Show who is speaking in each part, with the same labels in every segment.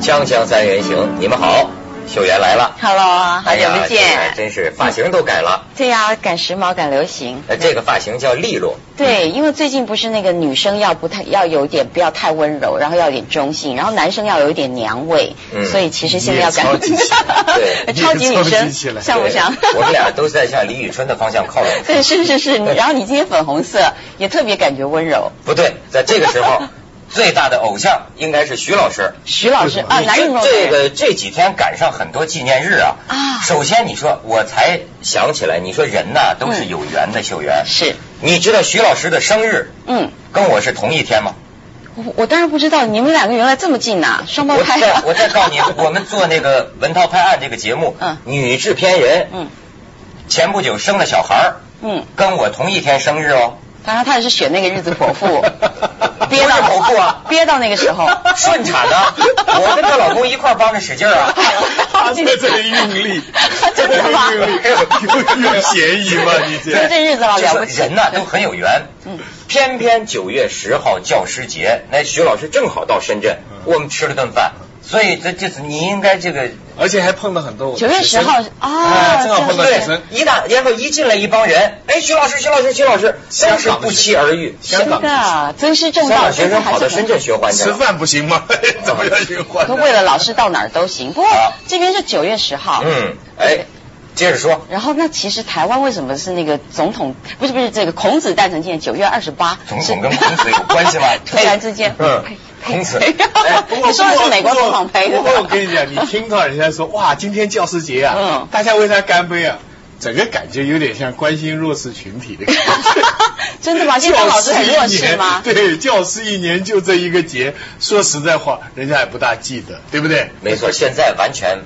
Speaker 1: 锵锵三人行，你们好，秀媛来了。
Speaker 2: Hello，好
Speaker 1: 哎
Speaker 2: 久
Speaker 1: 呀
Speaker 2: 不
Speaker 1: 秀媛
Speaker 2: 见。
Speaker 1: 真是发型都改了。
Speaker 2: 对呀、赶时髦，赶流行。
Speaker 1: 呃，这个发型叫利落，
Speaker 2: 对，因为最近不是那个女生要不太要有点不要太温柔，然后要有点中性，然后男生要有一点娘味，
Speaker 1: 嗯
Speaker 2: 所以其实现在要
Speaker 3: 你
Speaker 2: 赶
Speaker 3: 也超级起
Speaker 1: 来对
Speaker 2: 超级女
Speaker 3: 你也超级起
Speaker 2: 生
Speaker 3: 来
Speaker 2: 像不像？
Speaker 1: 对我们俩都是在向李宇春的方向靠拢。
Speaker 2: 对，是是是。你然后你今天粉红色，也特别感觉温柔。
Speaker 1: 不对，在这个时候， 最大的偶像应该是徐老师。
Speaker 2: 徐老师
Speaker 3: 为什么
Speaker 2: 啊，男人
Speaker 1: 这这个这几天赶上很多纪念日啊。
Speaker 2: 啊
Speaker 1: 首先，你说我才想起来，你说人呐都是有缘的，秀媛。
Speaker 2: 是
Speaker 1: 你知道徐老师的生日
Speaker 2: 嗯，
Speaker 1: 跟我是同一天吗？
Speaker 2: 我我当然不知道你们两个原来这么近呐、双胞
Speaker 1: 我
Speaker 2: 胎、
Speaker 1: 再
Speaker 2: 啊。
Speaker 1: 我再告诉你，我们做那个《文韬拍案》这个节目，
Speaker 2: 嗯
Speaker 1: 女制片人
Speaker 2: 嗯
Speaker 1: 前不久生了小孩儿，
Speaker 2: 嗯，
Speaker 1: 跟我同一天生日哦，
Speaker 2: 当然他也是选那个日子剖 腹。憋
Speaker 1: 憋
Speaker 2: 到
Speaker 1: 着口腹啊，
Speaker 2: 憋到那个时候，
Speaker 1: 顺产 呢、我跟她老公一块儿 帮着使劲儿啊。
Speaker 3: 他在 这 里用力，
Speaker 2: 真的吗？
Speaker 3: 有有嫌疑吗？你
Speaker 2: 所以
Speaker 3: 这
Speaker 2: 这日子老
Speaker 1: 就
Speaker 2: 了不
Speaker 1: 是
Speaker 2: 起，
Speaker 1: 人呐、都很有缘。
Speaker 2: 嗯
Speaker 1: 偏偏九月十号教师节，那徐老师正好到深圳，
Speaker 3: 嗯
Speaker 1: 我们吃了顿饭，所以这这次你应该这个
Speaker 3: 而且还碰到很多我的
Speaker 2: 九月十
Speaker 3: 学生
Speaker 2: 号啊，
Speaker 3: 哎正好碰到
Speaker 2: 这
Speaker 3: 女
Speaker 2: 样子
Speaker 3: 生
Speaker 1: 对，一打然后一进来一帮人，哎，徐老师，徐老师，徐老师，真是不期而遇。
Speaker 3: 香港
Speaker 2: 真的尊师重
Speaker 1: 香
Speaker 2: 道，
Speaker 1: 港学生跑到深圳
Speaker 2: 去。
Speaker 1: 学环去
Speaker 3: 吃
Speaker 1: 了。
Speaker 3: 饭不行吗？ 怎么要循环
Speaker 2: 都？为了老师到哪儿都行，不过
Speaker 1: 啊
Speaker 2: 这边是九月十号。
Speaker 1: 嗯，哎，接着说，
Speaker 2: 然后，那其实台湾为什么是那个总统？ 不是不是，这个孔子诞辰纪念九月二十八。
Speaker 1: 总统跟孔子有关系吗
Speaker 2: 突然之间，
Speaker 1: 嗯
Speaker 2: 呸
Speaker 1: 孔 子
Speaker 2: 呸
Speaker 1: 哎
Speaker 3: 不过
Speaker 2: 你说的是美国总统呸
Speaker 3: 不过我跟你讲，你听到人家说哇，今天教师节
Speaker 2: 嗯
Speaker 3: 啊，大家为他干杯啊，整个感觉有点像关心弱势群体的感觉。
Speaker 2: 真的吗？今天
Speaker 3: 教
Speaker 2: 老师
Speaker 3: 师
Speaker 2: 很
Speaker 3: 一
Speaker 2: 弱
Speaker 3: 年
Speaker 2: 势吗？
Speaker 3: 对，教师一年就这一个节，说实在话，人家也不大记得，对不对？
Speaker 1: 没错，现在完全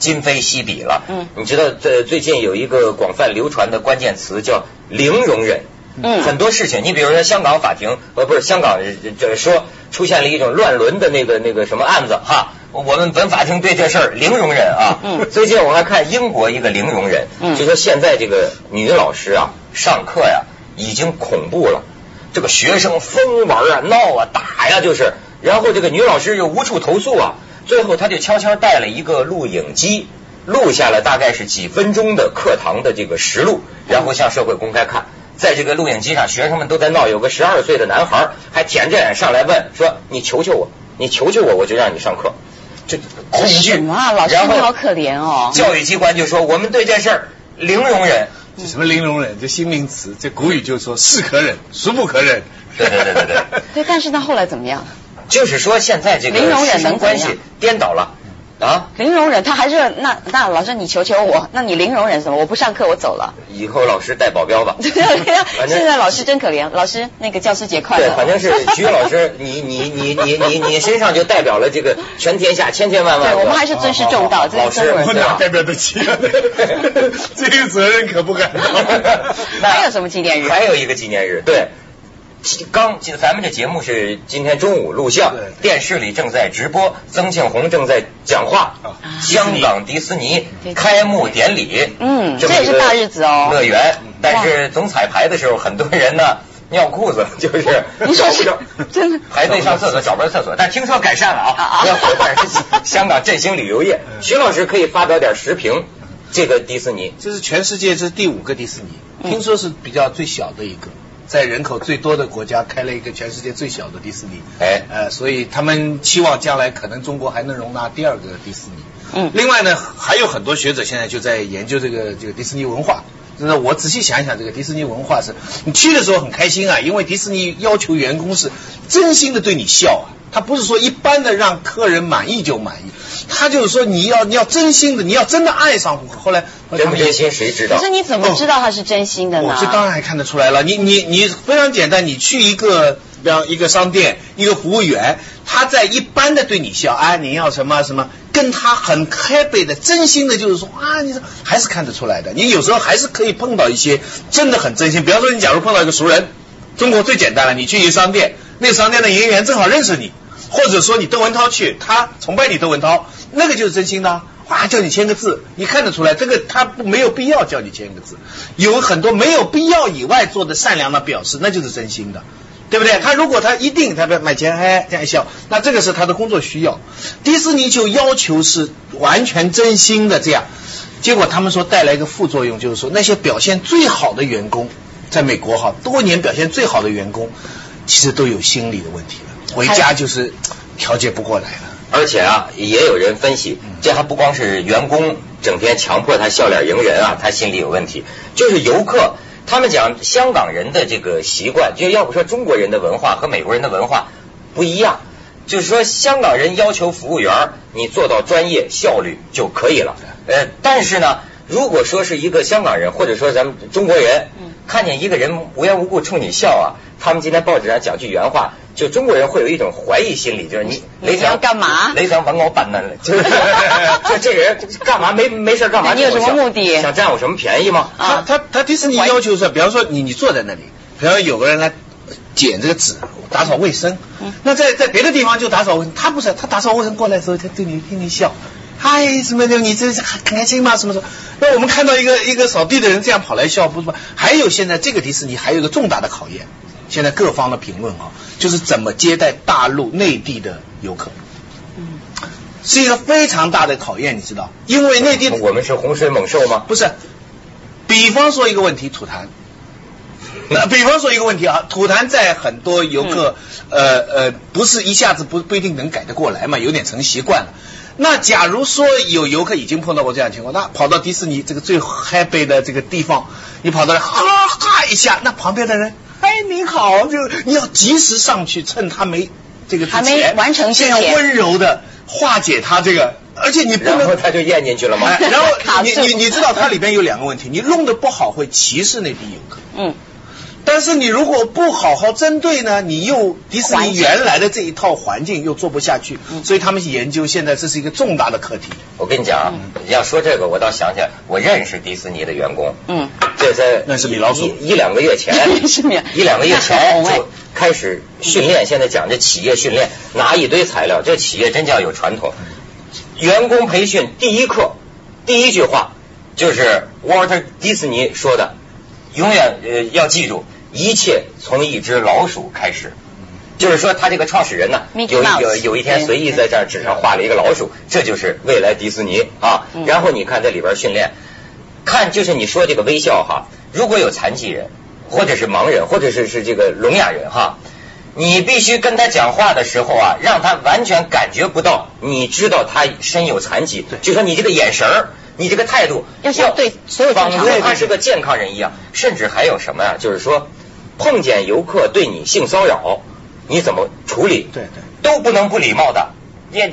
Speaker 1: 今非昔比了。
Speaker 2: 嗯
Speaker 1: 你知道这最近有一个广泛流传的关键词叫零容忍。
Speaker 2: 嗯
Speaker 1: 很多事情，你比如说香港法庭，呃，不是香港呃这说出现了一种乱伦的那个那个什么案子哈，嗯我们本法庭对这事儿零容忍啊。
Speaker 2: 嗯
Speaker 1: 最近我还看英国一个零容忍，
Speaker 2: 嗯
Speaker 1: 就说现在这个女老师啊上课呀、已经恐怖了，这个学生疯玩啊、闹啊、打呀、就是，然后这个女老师又无处投诉啊，最后她就悄悄带了一个录影机。录下了大概是几分钟的课堂的这个实录，然后向社会公开看。在这个录影机上，学生们都在闹，有个十二岁的男孩还舔着脸上来问说：“你求求我，你求求我，我就让你上课。”这恐惧
Speaker 2: 什么啊老师
Speaker 1: 然后
Speaker 2: 你好可怜哦
Speaker 1: 教育机关就说：“我们对这事儿零容忍。”
Speaker 3: 这什么零容忍，这新名词，这古语就说“是可忍，孰不可忍”。
Speaker 1: 对对对对对
Speaker 2: 对，但是那后来怎么样？
Speaker 1: 就是说现在这个
Speaker 2: 零容忍
Speaker 1: 师生
Speaker 2: 能
Speaker 1: 关
Speaker 2: 怎
Speaker 1: 系
Speaker 2: 样
Speaker 1: 颠倒了啊！
Speaker 2: 零容忍，他还是 那那老师，你求求我，那你零容忍什么？我不上课，我走了。
Speaker 1: 以后老师带保镖吧。
Speaker 2: 对呀，
Speaker 1: 反正
Speaker 2: 现在老师真可怜。老师，那个教师节快
Speaker 1: 对
Speaker 2: 乐。，
Speaker 1: 反正是徐老师，你你你你你你身上就代表了这个全天下千千万万
Speaker 2: 对
Speaker 1: 个。
Speaker 2: 我们还是尊师重道嗯
Speaker 1: 哦哦哦
Speaker 2: 这是
Speaker 1: 老
Speaker 2: 中国
Speaker 1: 师
Speaker 3: 我
Speaker 2: 人
Speaker 3: 哪代表得 起啊？这个责任可不敢当。
Speaker 1: 那
Speaker 2: 还有什么纪念日
Speaker 1: 还有一个纪念日，对。其刚，就咱们这节目是今天中午录像
Speaker 3: 对，
Speaker 1: 电视里正在直播，曾庆红正在讲话
Speaker 3: 啊，
Speaker 1: 香港迪士尼
Speaker 2: 对
Speaker 1: 开幕典礼，
Speaker 2: 嗯
Speaker 1: 么
Speaker 2: 这也是
Speaker 1: 一个
Speaker 2: 大日子哦
Speaker 1: 乐园
Speaker 3: 嗯，
Speaker 1: 但是总彩排的时候，很多人呢尿裤子， 就是
Speaker 2: 你说是
Speaker 1: 找不着
Speaker 2: 真的
Speaker 1: 排队上厕所找不着厕所，但听说改善了
Speaker 2: 啊
Speaker 1: 啊
Speaker 2: 啊，
Speaker 1: 要回本香港振兴旅游业，
Speaker 3: 嗯
Speaker 1: 徐老师可以发表点时评，这个迪士尼。
Speaker 3: 这是全世界这是第五个迪士
Speaker 2: 嗯
Speaker 3: 尼，听说是比较最小的一个，在人口最多的国家开了一个全世界最小的迪士尼。
Speaker 1: 哎
Speaker 3: 呃，所以他们期望将来可能中国还能容纳第二个迪士尼。
Speaker 2: 嗯
Speaker 3: 另外呢，还有很多学者现在就在研究这个这个迪士尼文化。就是我仔细想一想，这个迪士尼文化是，你去的时候很开心啊，因为迪士尼要求员工是真心的对你笑啊，他不是说一般的让客人满意就满意，他就是说你要你要真心的，你要真的爱上顾客。后来后来
Speaker 1: 真
Speaker 3: 他
Speaker 1: 不
Speaker 3: 们就
Speaker 1: 真心谁知
Speaker 2: 可
Speaker 1: 道？
Speaker 2: 是你怎么知道他是真心的
Speaker 3: 我
Speaker 2: 呢？
Speaker 3: 这当然还看得出来了。你你你非常简单，你去一个比方一个商店，一个服务员，他在一般的对你笑，哎，你要什么什么，跟他很 happy 的，真心的，就是说啊，你这还是看得出来的。你有时候还是可以碰到一些真的很真心，比方说你假如碰到一个熟人，中国最简单了，你去一个商店，那个商店的营业员正好认识你，或者说你窦文涛去，他崇拜你窦文涛，那个就是真心的啊。哇，叫你签个字，你看得出来，这个他不没有必要叫你签个字，有很多没有必要以外做的善良的表示，那就是真心的。对不对？他如果他一定他不要买钱嗨这样一笑，那这个是他的工作需要。迪士尼就要求是完全真心的这样，结果他们说带来一个副作用，就是说那些表现最好的员工，在美国哈多年表现最好的员工，其实都有心理的问题了，回家就是调节不过来了。
Speaker 1: 而且啊，也有人分析，这还不光是员工整天强迫他笑脸迎人啊，他心里有问题，就是游客。他们讲香港人的这个习惯，就要不说中国人的文化和美国人的文化不一样，就是说香港人要求服务员儿你做到专业效率就可以了。呃，但是呢，如果说是一个香港人或者说咱们中国人，看见一个人无缘无故冲你笑啊，他们今天报纸上讲句原话，就中国人会有一种怀疑心理，就是你
Speaker 2: 你
Speaker 1: 雷
Speaker 2: 要
Speaker 1: 强
Speaker 2: 干嘛
Speaker 1: 雷强把我板难了，就是就这个人干嘛没没事干嘛？
Speaker 2: 你有什么
Speaker 1: 想
Speaker 2: 目的
Speaker 1: 想占我什么便宜吗？
Speaker 3: 他
Speaker 2: 啊
Speaker 3: 他他迪士尼要求是，比方说你你坐在那里，比方有个人来捡这个纸，打扫卫生。那在在别的地方就打扫卫生，他不是他打扫卫生过来的时候，他对你听你笑，嗨什么的，你这是很开心吗？什么什么？那我们看到一个一个扫地的人这样跑来笑，不是吗？还有现在这个迪士尼还有一个重大的考验，现在各方的评论啊，就是怎么接待大陆内地的游客。是一个非常大的考验，你知道，因为内地的
Speaker 1: 我们是洪水猛兽吗？
Speaker 3: 不是，比方说一个问题，吐痰。那比方说一个问题啊，吐痰在很多游客，呃呃，不是一下子不不一定能改得过来嘛，有点成习惯了。那假如说有游客已经碰到过这样的情况，那跑到迪士尼这个最 happy 的这个地方，你跑到那哈哈一下，那旁边的人，哎你好，就你要及时上去，趁他没这个之
Speaker 2: 还没
Speaker 3: 前
Speaker 2: 完成之
Speaker 3: 这样
Speaker 2: 前
Speaker 3: 温柔的化解他这个，而且你不
Speaker 1: 然
Speaker 3: 能
Speaker 1: 后他就咽进去了吗？
Speaker 3: 哎然后
Speaker 2: 卡
Speaker 3: 你
Speaker 2: 住
Speaker 3: 你你知道它里边有两个问题，你弄得不好会歧视内地游客，
Speaker 2: 嗯，
Speaker 3: 但是你如果不好好针对呢，你又迪士
Speaker 2: 环
Speaker 3: 尼
Speaker 2: 境
Speaker 3: 原来的这一套环境又做不下去，
Speaker 2: 嗯
Speaker 3: 所以他们研究现在这是一个重大的课题。
Speaker 1: 我跟你讲啊，你要说这个，我倒想起来，我认识迪士尼的员工，
Speaker 2: 嗯，，
Speaker 1: 这在
Speaker 3: 那是米老鼠
Speaker 1: 一一两个月前
Speaker 2: 是米
Speaker 1: 一两个月前
Speaker 2: 那 好哎
Speaker 1: 就开始训练。现在讲这企业训练，拿一堆材料，这企业真叫有传统。员工培训第一课，第一句话就是 Walt Disney 说的，永远呃要记住，一切从一只老鼠开始。就是说，他这个创始人呢，
Speaker 2: Mickey
Speaker 1: 有一
Speaker 2: Mouse
Speaker 1: 有有一天
Speaker 2: 对
Speaker 1: 随意在这儿纸上画了一个老鼠，这就是未来迪士尼啊
Speaker 2: 嗯。
Speaker 1: 然后你看在里边训练，看就是你说这个微笑哈，如果有残疾人或者是盲人或者是是这个聋哑人哈，你必须跟他讲话的时候啊，让他完全感觉不到，你知道他身有残疾，就说你这个眼神儿，你这个态度
Speaker 2: 要像对所有正
Speaker 1: 仿
Speaker 2: 常
Speaker 1: 佛
Speaker 2: 人
Speaker 1: 他是个健康人一样。甚至还有什么呀、啊就是说碰见游客对你性骚扰，你怎么处理？
Speaker 3: 对对，
Speaker 1: 都不能不礼貌的。也，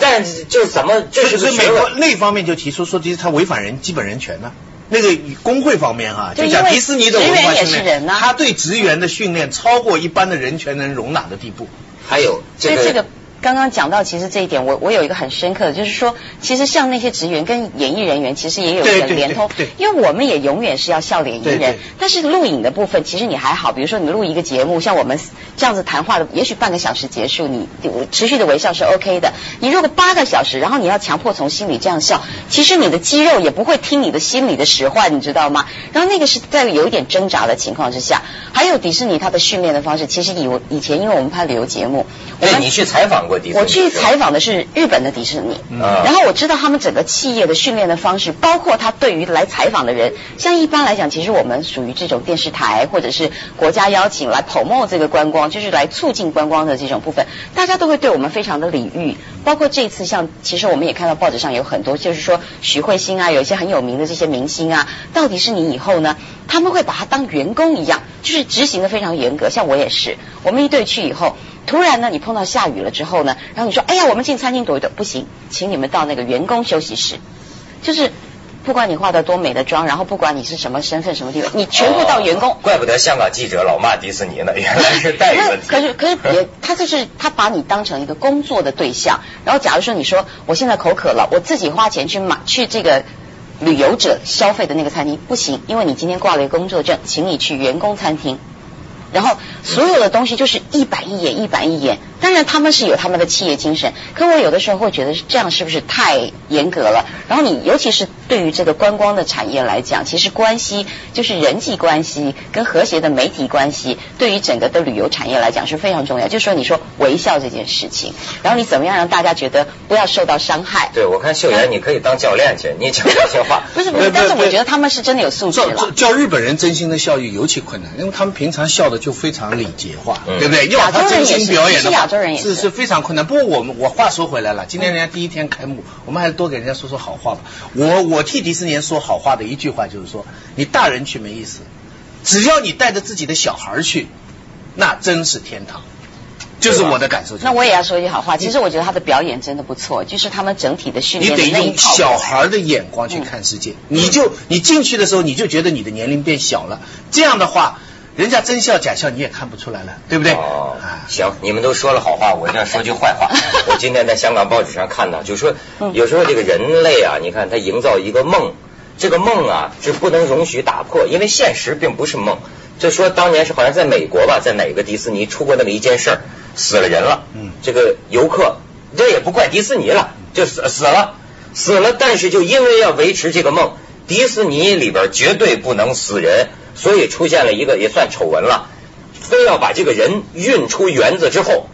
Speaker 1: 但就是怎么，这是
Speaker 3: 所
Speaker 1: 个
Speaker 3: 以美
Speaker 1: 学
Speaker 3: 国
Speaker 1: 问。
Speaker 3: 那方面就提出说，其实它违反人基本人权呢、那个工会方面哈、
Speaker 2: 对
Speaker 3: 就讲
Speaker 2: 因为
Speaker 3: 迪士尼的文化
Speaker 2: 职员也
Speaker 3: 训
Speaker 2: 是人
Speaker 3: 练，
Speaker 2: 呐
Speaker 3: 他对职员的训练超过一般的人权能容纳的地步。
Speaker 1: 还有
Speaker 2: 所以这个刚刚讲到，其实这一点我我有一个很深刻的，就是说，其实像那些职员跟演艺人员，其实也有一
Speaker 3: 对
Speaker 2: 个
Speaker 3: 对
Speaker 2: 连通，
Speaker 3: 对对
Speaker 2: 因为我们也永远是要笑脸迎
Speaker 3: 对
Speaker 2: 人。
Speaker 3: 对
Speaker 2: 但是录影的部分，其实你还好，比如说你录一个节目，像我们这样子谈话的，也许半个小时结束，你持续的微笑是 OK 的。你如果八个小时，然后你要强迫从心里这样笑，其实你的肌肉也不会听你的心里的使唤，你知道吗？然后那个是在有一点挣扎的情况之下，还有迪士尼它的训练的方式，其实以我以前因为我们拍旅游节目，我
Speaker 1: 对
Speaker 2: 们
Speaker 1: 哎你去采访过迪士尼？
Speaker 2: 我去
Speaker 1: 是吧
Speaker 2: 采访的是日本的迪士尼，
Speaker 1: 嗯
Speaker 2: 然后我知道他们整个企业的训练的方式，包括他对于来采访的人，像一般来讲，其实我们属于这种电视台或者是国家邀请来 promote 这个观光，就是来促进观光的这种部分，大家都会对我们非常的礼遇。包括这次像，其实我们也看到报纸上有很多，就是说徐慧欣啊，有一些很有名的这些明星啊，到迪士尼以后呢，他们会把他当员工一样，就是执行的非常严格。像我也是，我们一队去以后。突然呢，你碰到下雨了之后呢，然后你说，哎呀，我们进餐厅躲一躲，不行，请你们到那个员工休息室，就是不管你化的多美的妆，然后不管你是什么身份、什么地方，你全部到员工哎
Speaker 1: 哦。怪不得香港记者老骂迪士尼呢，原来是待遇
Speaker 2: 那
Speaker 1: 问题。
Speaker 2: 可是可 是别，他就是他把你当成一个工作的对象。然后假如说你说我现在口渴了，我自己花钱去买去这个旅游者消费的那个餐厅不行，因为你今天挂了一个工作证，请你去员工餐厅。然后所有的东西就是一板一眼，一板一眼。当然他们是有他们的企业精神，可我有的时候会觉得这样是不是太严格了？然后你尤其是对于这个观光的产业来讲，其实关系就是人际关系跟和谐的媒体关系，对于整个的旅游产业来讲是非常重要。就是说，你说微笑这件事情，然后你怎么样让大家觉得不要受到伤害？。
Speaker 1: 对，我看秀妍，你可以当教练去，你讲这些话
Speaker 2: 不是不是，
Speaker 3: 对对
Speaker 2: 但是我
Speaker 3: 对
Speaker 2: 觉得他们是真的有素质
Speaker 3: 叫
Speaker 2: 了
Speaker 3: 叫。叫日本人真心的笑就尤其困难，因为他们平常笑的就非常礼节化，
Speaker 1: 嗯
Speaker 3: 对不对？要他真心表演的话，
Speaker 2: 亚洲人也是其实亚洲人也是
Speaker 3: 是非常困难。不过我们我话说回来了，今天人家第一天开幕，我们还是多给人家说说好话吧。我我替迪士尼人说好话的一句话就是说，你大人去没意思，只要你带着自己的小孩儿去，那真是天堂。就是我的感受。
Speaker 2: 那我也要说一句好话，其实我觉得他的表演真的不错，就是他们整体的训
Speaker 3: 你
Speaker 2: 练的
Speaker 3: 得
Speaker 2: 那一
Speaker 3: 用
Speaker 2: 套。嗯
Speaker 3: 小孩的眼光去看世界。你就你进去的时候，你就觉得你的年龄变小了。这样的话，人家真笑假笑你也看不出来了，对不对？
Speaker 1: 哦
Speaker 3: 啊，
Speaker 1: 行，你们都说了好话，我一定要说句坏 话。我今天在香港报纸上看到，就说
Speaker 2: 嗯
Speaker 1: 有时候这个人类啊，你看他营造一个梦，这个梦啊是不能容许打破，因为现实并不是梦。就说当年是好像在美国吧，在哪个迪士尼出过那么一件事儿，死了人了。
Speaker 3: 嗯
Speaker 1: 这个游客这也不怪迪士尼了，就死死了，死了。但是就因为要维持这个梦，迪士尼里边绝对不能死人，所以出现了一个也算丑闻了。非要把这个人运出园子之后，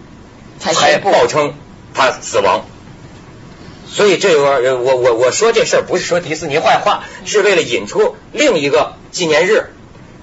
Speaker 2: 才
Speaker 1: 才
Speaker 2: 宣布
Speaker 1: 报称他死亡。所以这个呃我我我说这事儿不是说迪士尼坏话，是为了引出另一个纪念日，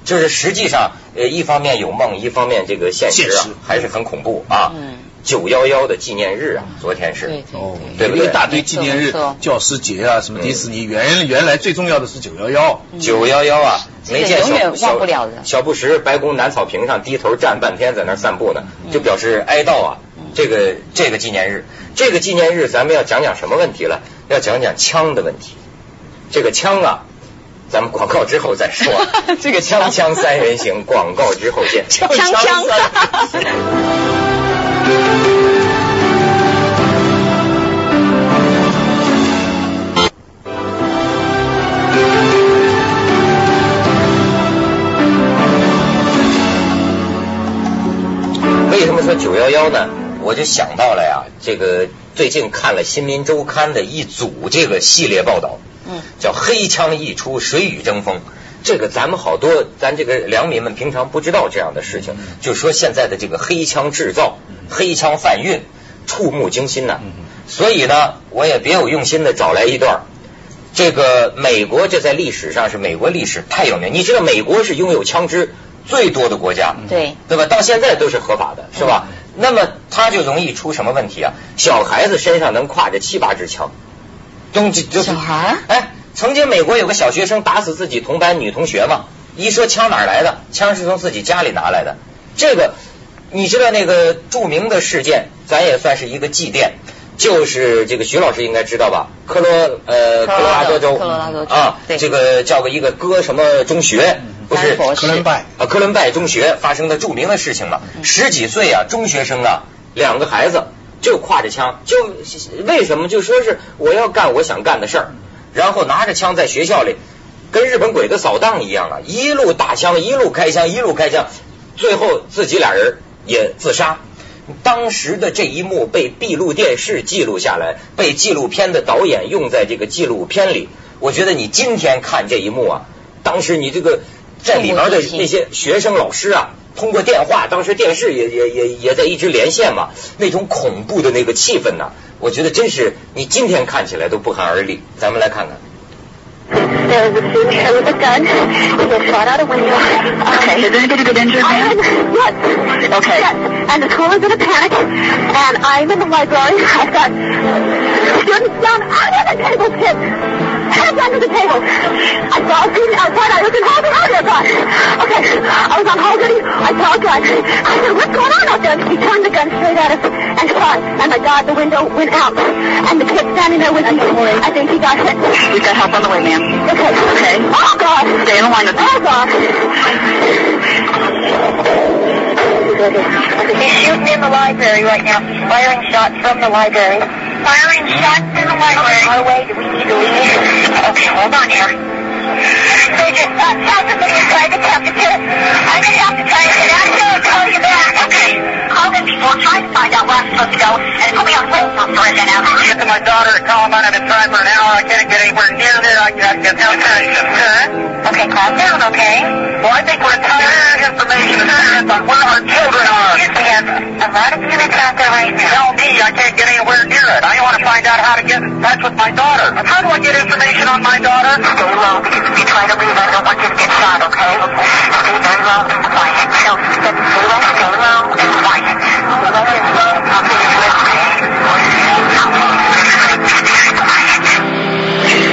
Speaker 1: 就是实际上呃一方面有梦，一方面这个现实
Speaker 3: 现
Speaker 1: 啊
Speaker 3: 实
Speaker 1: 还是很恐怖啊
Speaker 2: 嗯。
Speaker 1: 九幺幺的纪念日啊，昨天是。
Speaker 2: 对对
Speaker 3: 哦
Speaker 2: 对，
Speaker 1: 对不对
Speaker 3: 有一大堆纪念
Speaker 2: 没
Speaker 3: 日
Speaker 2: 错没错，
Speaker 3: 教师节啊，什么迪士尼，原原来最重要的是九幺幺。
Speaker 2: 嗯
Speaker 1: 九幺幺啊，
Speaker 2: 这个
Speaker 1: 没见小
Speaker 2: 永远
Speaker 1: 小
Speaker 2: 忘不了的。
Speaker 1: 小布什白宫南草坪上低头站半天，在那儿散步呢，就表示哀悼啊。这个这个纪念日，这个纪念日咱们要讲讲什么问题了？要讲讲枪的问题。这个枪啊，咱们广告之后再说啊
Speaker 2: 这个枪
Speaker 1: 枪枪三人行，广告之后见。
Speaker 2: 枪枪
Speaker 1: 三人行 为什么说九幺幺呢？我就想到了呀，这个最近看了《新民周刊》的一组这个系列报道，
Speaker 2: 嗯，
Speaker 1: 叫“黑枪一出，谁与争锋”。这个咱们好多咱这个良民们平常不知道这样的事情，就说现在的这个黑枪制造、黑枪贩运，触目惊心呐、
Speaker 3: 嗯
Speaker 1: 所以呢，我也别有用心的找来一段儿这个美国这在历史上是美国历史太有名，你知道美国是拥有枪支最多的国家，
Speaker 2: 对
Speaker 1: 对吧？到现在都是合法的，是吧？那么它就容易出什么问题啊？小孩子身上能挎着七八支枪，东西就
Speaker 2: 小孩儿
Speaker 1: 哎，曾经美国有个小学生打死自己同班女同学嘛，一说枪哪儿来的，枪是从自己家里拿来的。这个你知道那个著名的事件，咱也算是一个祭奠，就是这个徐老师应该知道吧？科罗呃
Speaker 2: 科
Speaker 1: 科
Speaker 2: 罗
Speaker 1: 罗
Speaker 2: 拉
Speaker 1: 拉多
Speaker 2: 多
Speaker 1: 州
Speaker 2: 科罗拉多州
Speaker 1: 啊
Speaker 2: 对，
Speaker 1: 这个叫个一个哥什么中学不
Speaker 2: 丹
Speaker 1: 是
Speaker 2: 佛
Speaker 3: 科伦拜
Speaker 1: 啊，哥伦拜中学发生的著名的事情嘛，十几岁啊，中学生啊，两个孩子就挎着枪，就为什么就说是我要干我想干的事儿，然后拿着枪在学校里跟日本鬼子扫荡一样啊，一路打枪，一路开枪，一路开枪，最后自己俩人也自杀。当时的这一幕被闭路电视记录下来，被纪录片的导演用在这个纪录片里。我觉得你今天看这一幕啊，当时你这个在里面的那些学生老师啊，通过电话，当时电视也也也也在一直连线嘛，那种恐怖的那个气氛呐、我觉得真是你今天看起来都不寒而栗。咱们来看看。
Speaker 4: There was a shooter with a gun. He was shot out a window. Okay, is anybody been injured? I'm, yes. Okay. Yes. And the school is in a panic. And I'm in the library. I've got students down under the table, kids. Heads under the table. I saw a student outside. I was in Hall Goody. Oh, dear God. Okay. I was on Hall Goody. I saw a gun. I said, what's going on out there? He turned the gun straight at us and shot. And my God, the window went out. And the kid standing there with me. I think he got hit. We've got help on the way, ma'am. Okay. Okay. Oh, God. Stay in the line with me. Oh, God. He's shooting in the library right now. He's firing shots from the library. Firing shots in the library. Okay, our way. Do we need to leave? Okay, hold on here. Sergeant, uh, South of Minnesota, I just have to piss. I just have to tell you that I'm going to call you back. Okay. Call the people, try to find out where I'm supposed to go, and put me on hold for a minute. I'm going to get to my daughter and call them out. I've been trying for an hour. I can't get anywhere near there. I can't get no attention. Huh? Okay, calm down, okay? Well, I think we're tired of information is on where our children are. Yes, we have a lot of units out there right now. Tell me, I can't get anywhere near it. I want to find out how to get in touch with my daughter. How do I get information on my daughter? Stay low, because if you try to leave, I don't want you to get shot, okay? Stay very low and quiet. No, stay low, stay low and quiet. Stay low and quiet. Okay, you're listening. Quiet.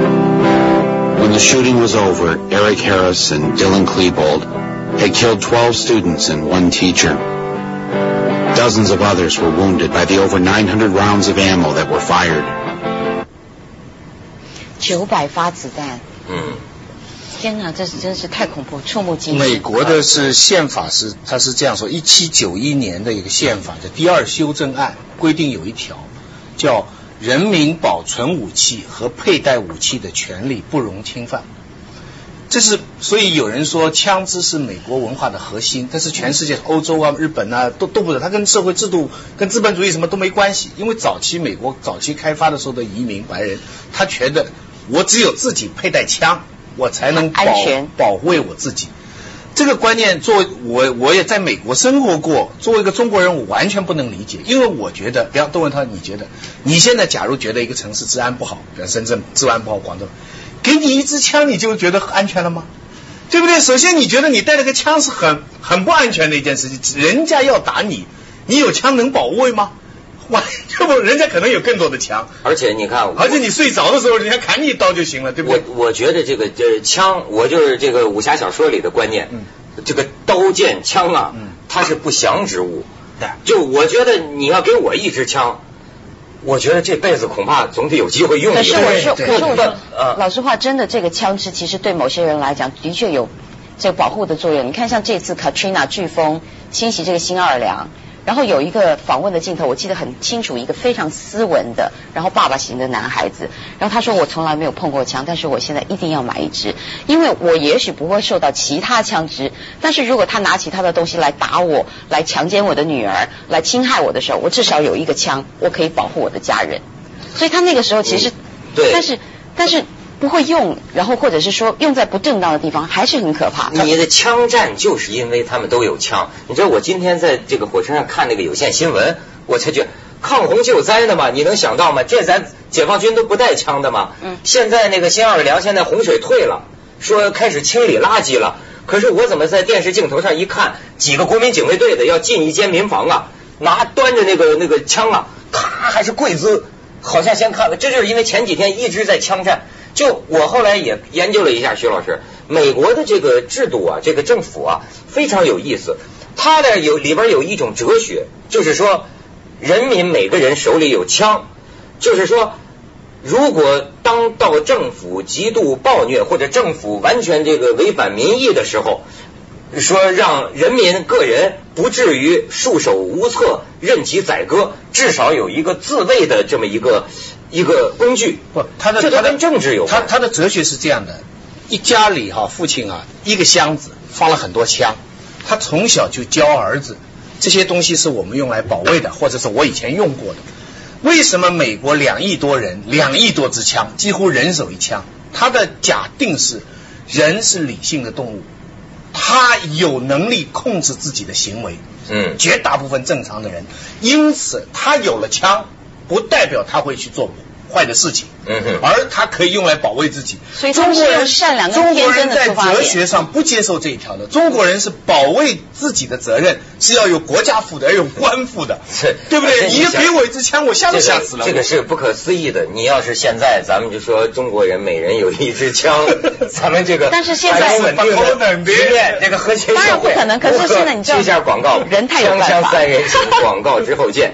Speaker 5: When the shooting was over, Eric Harris and Dylan Klebold had killed 12 students and one teacher. Dozens of others were wounded by the over 900 rounds of ammo that were fired.
Speaker 2: 九百发子弹，
Speaker 1: 嗯，
Speaker 2: 天哪，这是真是太恐怖，触目惊心。
Speaker 3: 美国的是宪法是，它是这样说：一七九一年的一个宪法的第二修正案规定有一条叫“人民保存武器和佩戴武器的权利不容侵犯”。这是所以有人说枪支是美国文化的核心，但是全世界欧洲啊、日本啊都都不是，它跟社会制度、跟资本主义什么都没关系。因为早期美国早期开发的时候的移民白人，他觉得我只有自己佩戴枪，我才能保
Speaker 2: 安全
Speaker 3: 保卫我自己。这个观念，作为我我也在美国生活过，作为一个中国人，我完全不能理解，因为我觉得，比方窦文涛，你觉得，你现在假如觉得一个城市治安不好，比方深圳治安不好，广州，给你一支枪，你就觉得安全了吗？对不对？首先，你觉得你带了个枪是很很不安全的一件事情，人家要打你，你有枪能保卫吗？完全不，人家可能有更多的枪，
Speaker 1: 而且你看，
Speaker 3: 而且你睡着的时候，人家砍你一刀就行了，对不
Speaker 1: 我
Speaker 3: 对？
Speaker 1: 我觉得这个这枪，我就是这个武侠小说里的观念，
Speaker 3: 嗯
Speaker 1: 这个刀剑枪啊
Speaker 3: 嗯，
Speaker 1: 它是不祥之物。
Speaker 3: 对
Speaker 1: 就我觉得你要给我一支枪，我觉得这辈子恐怕总得有机会用一
Speaker 2: 可
Speaker 1: 个。
Speaker 2: 是我说，
Speaker 3: 对
Speaker 2: 可是我
Speaker 1: 对
Speaker 2: 说
Speaker 1: 啊，
Speaker 2: 老实话，真的这个枪支其实对某些人来讲，的确有这个保护的作用。你看，像这次 Katrina 飓风侵袭这个新奥尔良，然后有一个访问的镜头，我记得很清楚，一个非常斯文的，然后爸爸型的男孩子，然后他说我从来没有碰过枪，但是我现在一定要买一支，因为我也许不会受到其他枪支，但是如果他拿起他的东西来打我，来强奸我的女儿，来侵害我的时候，我至少有一个枪，我可以保护我的家人。所以他那个时候其实
Speaker 1: 嗯对
Speaker 2: 但是但是不会用，然后或者是说用在不正当的地方，还是很可怕。
Speaker 1: 你的枪战就是因为他们都有枪。你知道我今天在这个火车上看那个有线新闻，我才觉得抗洪救灾的嘛，你能想到吗？这咱解放军都不带枪的嘛。
Speaker 2: 嗯
Speaker 1: 现在那个新奥尔良现在洪水退了，说开始清理垃圾了。可是我怎么在电视镜头上一看，几个国民警卫队的要进一间民房啊，拿端着那个那个枪啊，咔还是跪姿，好像先看了，这就是因为前几天一直在枪战。就我后来也研究了一下，徐老师，美国的这个制度啊，这个政府啊，非常有意思。它的有里边有一种哲学，就是说，人民每个人手里有枪，就是说，如果当到政府极度暴虐或者政府完全这个违反民意的时候，说让人民个人不至于束手无策、任其宰割，至少有一个自卫的这么一个一个工具。
Speaker 3: 不，他的
Speaker 1: 这
Speaker 3: 他
Speaker 1: 都
Speaker 3: 的
Speaker 1: 跟政治有
Speaker 3: 他
Speaker 1: 关。
Speaker 3: 他的哲学是这样的：一家里哈、父亲啊，一个箱子放了很多枪，他从小就教儿子，这些东西是我们用来保卫的，或者是我以前用过的。为什么美国两亿多人，两亿多支枪，几乎人手一枪？他的假定是人是理性的动物，他有能力控制自己的行为。
Speaker 1: 嗯
Speaker 3: 绝大部分正常的人，因此他有了枪，不代表他会去做坏的事情，
Speaker 1: 嗯哼
Speaker 3: 而他可以用来保卫自己。
Speaker 2: 所以他
Speaker 3: 中
Speaker 2: 们是
Speaker 3: 国人
Speaker 2: 用善良跟
Speaker 3: 中国
Speaker 2: 天真
Speaker 3: 人
Speaker 2: 的
Speaker 3: 在
Speaker 2: 出发
Speaker 3: 哲学
Speaker 2: 点。
Speaker 3: 上不接受这一条的，中国人是保卫自己的责任是要由国家负的，要有官负的
Speaker 1: 是，
Speaker 3: 对不
Speaker 1: 而且
Speaker 3: 对？
Speaker 1: 你
Speaker 3: 你
Speaker 1: 想
Speaker 3: 给我一支枪，我吓都吓死了。
Speaker 1: 这个是不可思议的。你要是现在，咱们就说中国人每人有一支 枪，咱们这个
Speaker 2: 但是现在
Speaker 1: 百分稳定
Speaker 3: 不可
Speaker 1: 的
Speaker 3: 能的
Speaker 1: 局面，这个和谐社会
Speaker 2: 当然不可能可是现在你知道
Speaker 1: 接下广告，
Speaker 2: 人太有
Speaker 1: 锵
Speaker 2: 办法
Speaker 1: 锵三人 行，广告之后见。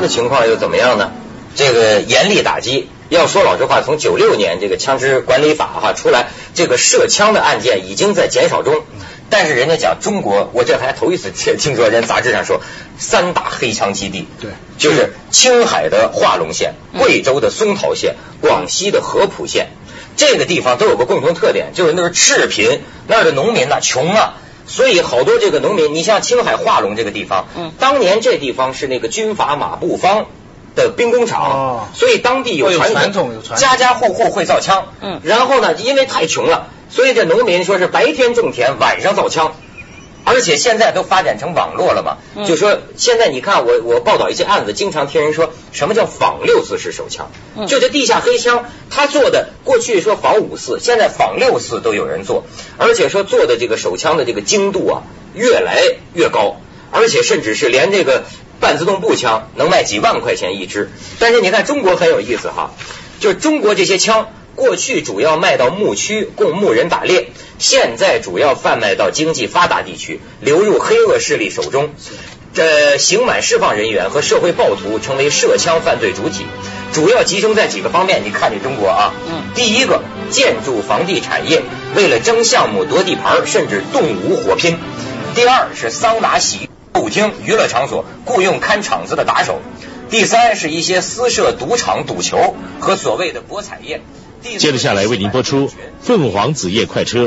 Speaker 1: 的情况又怎么样呢？这个严厉打击。要说老实话，从九六年这个枪支管理法哈出来，这个涉枪的案件已经在减少中。但是人家讲中国，我这还头一次听听说人杂志上说三大黑枪基地，
Speaker 3: 对嗯
Speaker 1: 就是青海的化隆县、贵州的松桃县、广西的合浦县，这个地方都有个共同特点，就是那是赤贫，那儿的农民呐、穷啊。所以好多这个农民，你像青海化隆这个地方，
Speaker 2: 嗯
Speaker 1: 当年这地方是那个军阀马步芳的兵工厂，
Speaker 3: 哦
Speaker 1: 所以当地有
Speaker 3: 哦有
Speaker 1: 传统，
Speaker 3: 传统有传统
Speaker 1: 家家户户会造枪。
Speaker 2: 嗯
Speaker 1: 然后呢，因为太穷了，所以这农民说是白天种田，晚上造枪。而且现在都发展成网络了嘛，
Speaker 2: 嗯
Speaker 1: 就说现在你看我我报道一些案子，经常听人说什么叫仿六四式手枪，
Speaker 2: 嗯
Speaker 1: 就这地下黑枪，他做的过去说仿五四，现在仿六四都有人做，而且说做的这个手枪的这个精度啊越来越高，而且甚至是连这个半自动步枪能卖几万块钱一支，但是你看中国很有意思哈，就是中国这些枪过去主要卖到牧区供牧人打猎，现在主要贩卖到经济发达地区，流入黑恶势力手中。这刑满释放人员和社会暴徒成为涉枪犯罪主体，主要集中在几个方面。你看，你中国啊，
Speaker 2: 嗯
Speaker 1: 第一个，建筑房地产业为了争项目、夺地盘，甚至动武火拼；第二是桑拿、洗浴舞厅、娱乐场所雇佣看场子的打手；第三是一些私设赌场、赌球和所谓的博彩业。第四
Speaker 6: 接着下来为您播出《凤凰子夜快车》。